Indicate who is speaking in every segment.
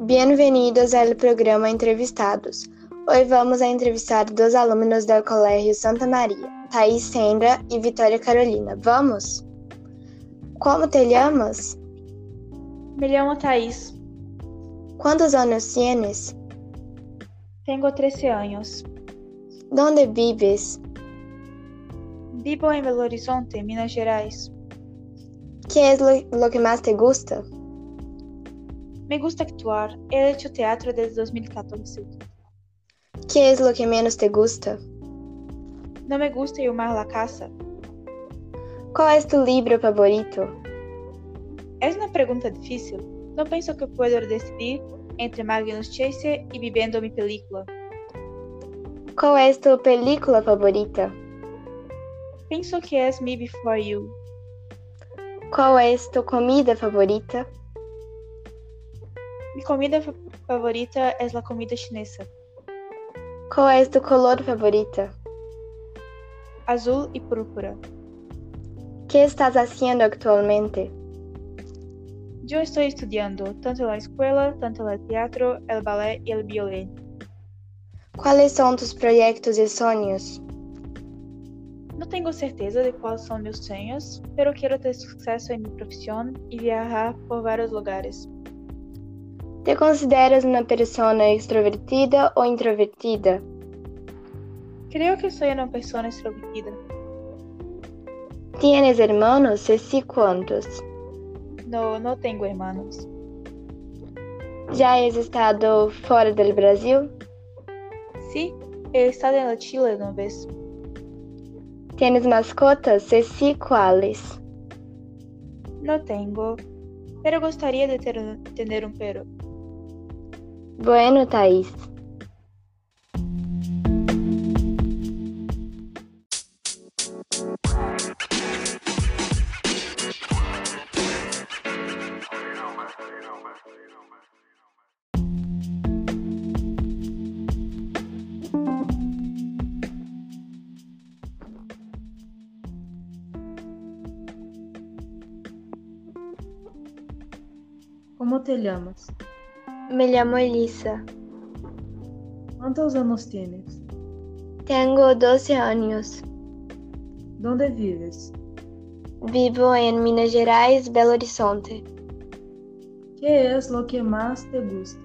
Speaker 1: Bem-vindos ao programa Entrevistados. Hoje vamos a entrevistar dos alunos do Colégio Santa Maria, Thaís Sandra e Vitória Carolina. Vamos? Como te chamas?
Speaker 2: Me chamo Thaís.
Speaker 1: Quantos anos tienes?
Speaker 2: Tenho 13 anos.
Speaker 1: Donde vives?
Speaker 2: Vivo em Belo Horizonte, Minas Gerais.
Speaker 1: Que é o que mais te gusta?
Speaker 2: Me gusta actuar. He hecho teatro desde 2014.
Speaker 1: Que es lo que menos te gusta?
Speaker 2: No me gusta llamar la casa.
Speaker 1: Qual é tu livro favorito?
Speaker 2: É uma pergunta difícil. Não penso que puedo decidir entre Magnus Chase e Vivendo mi película.
Speaker 1: Qual é tu película favorita?
Speaker 2: Penso que é Me Before You.
Speaker 1: Qual é tu comida favorita?
Speaker 2: Mi comida fa- favorita es la comida chinesa,
Speaker 1: Qual é tu color favorita?
Speaker 2: azul y púrpura.
Speaker 1: Que estás haciendo actualmente?
Speaker 2: Yo estoy estudiando tanto la escuela, tanto el teatro, el ballet y el violín.
Speaker 1: Quais são tus projetos e sonhos?
Speaker 2: No tengo certeza de cuáles son mis sueños, pero quiero tener suceso en mi profesión y viajar por varios lugares.
Speaker 1: Te consideras uma pessoa extrovertida ou introvertida?
Speaker 2: Creo que soy una persona extrovertida.
Speaker 1: Tienes hermanos e si quantos?
Speaker 2: No, no tengo hermanos.
Speaker 1: Já has estado fora do Brasil?
Speaker 2: Sí, he estado en Chile una vez.
Speaker 1: Tienes mascotas e si quais?
Speaker 2: No tengo, pero gustaría de ter- um, tener un perro.
Speaker 1: Bueno, Thaís.
Speaker 3: Como te llamas?
Speaker 1: Me chamo Elisa.
Speaker 3: ¿Cuántos años tienes?
Speaker 1: Tenho 12 anos.
Speaker 3: ¿Dónde vives?
Speaker 1: Vivo em Minas Gerais, Belo Horizonte.
Speaker 3: ¿Qué es lo que más te gusta?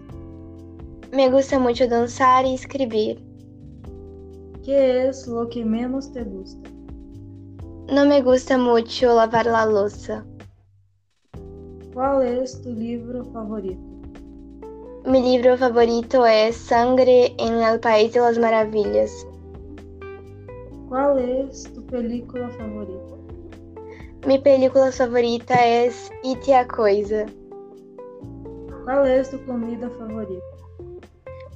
Speaker 1: Me gusta muito dançar e escrever.
Speaker 3: ¿Qué es lo que menos te gusta?
Speaker 1: Não me gusta muito lavar a louça.
Speaker 3: ¿Cuál es tu libro favorito?
Speaker 1: Mi livro favorito é Sangre em El País de las Maravilhas.
Speaker 3: ¿Cuál es tu película favorita?
Speaker 1: Mi película favorita é It e a Coisa.
Speaker 3: ¿Cuál es tu comida favorita?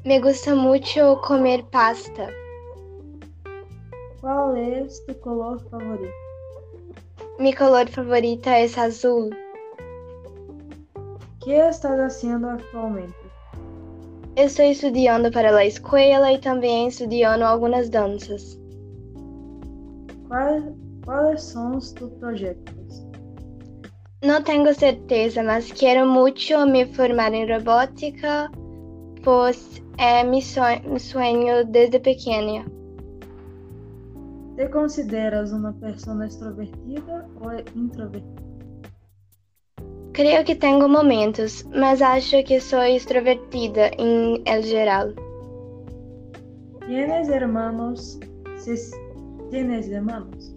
Speaker 1: Me gusta muito comer pasta.
Speaker 3: ¿Cuál es tu color favorito?
Speaker 1: Mi color favorita é azul.
Speaker 3: ¿Qué estás haciendo actualmente?
Speaker 1: Eu estou estudando para a escola e também estudando algumas danças.
Speaker 3: ¿Cuál- ¿Cuáles son tus proyectos?
Speaker 1: Não tenho certeza, mas quero muito me formar em robótica, pois é meu sonho, meu sonho desde pequena.
Speaker 3: ¿Te consideras una persona extrovertida o introvertida?
Speaker 1: Creio que tenho momentos, mas acho que sou extrovertida em el geral.
Speaker 3: ¿Tienes hermanos? Si- ¿Tienes hermanos?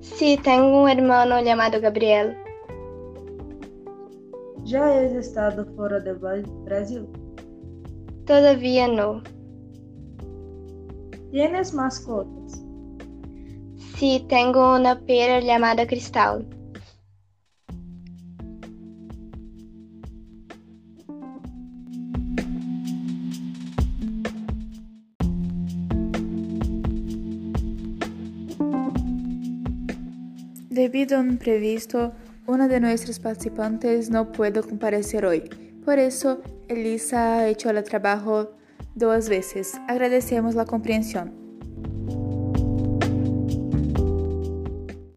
Speaker 1: Sim, tenho um irmão chamado Gabriel.
Speaker 3: Já has estado fora do Bra- Brasil?
Speaker 1: Todavia não.
Speaker 3: Tienes mascotas?
Speaker 1: Sim, tenho uma pera chamada Cristal.
Speaker 4: Debido a un imprevisto, una de nuestras participantes no puede comparecer hoy. Por eso, Elisa ha hecho el trabajo dos veces. Agradecemos la comprensión.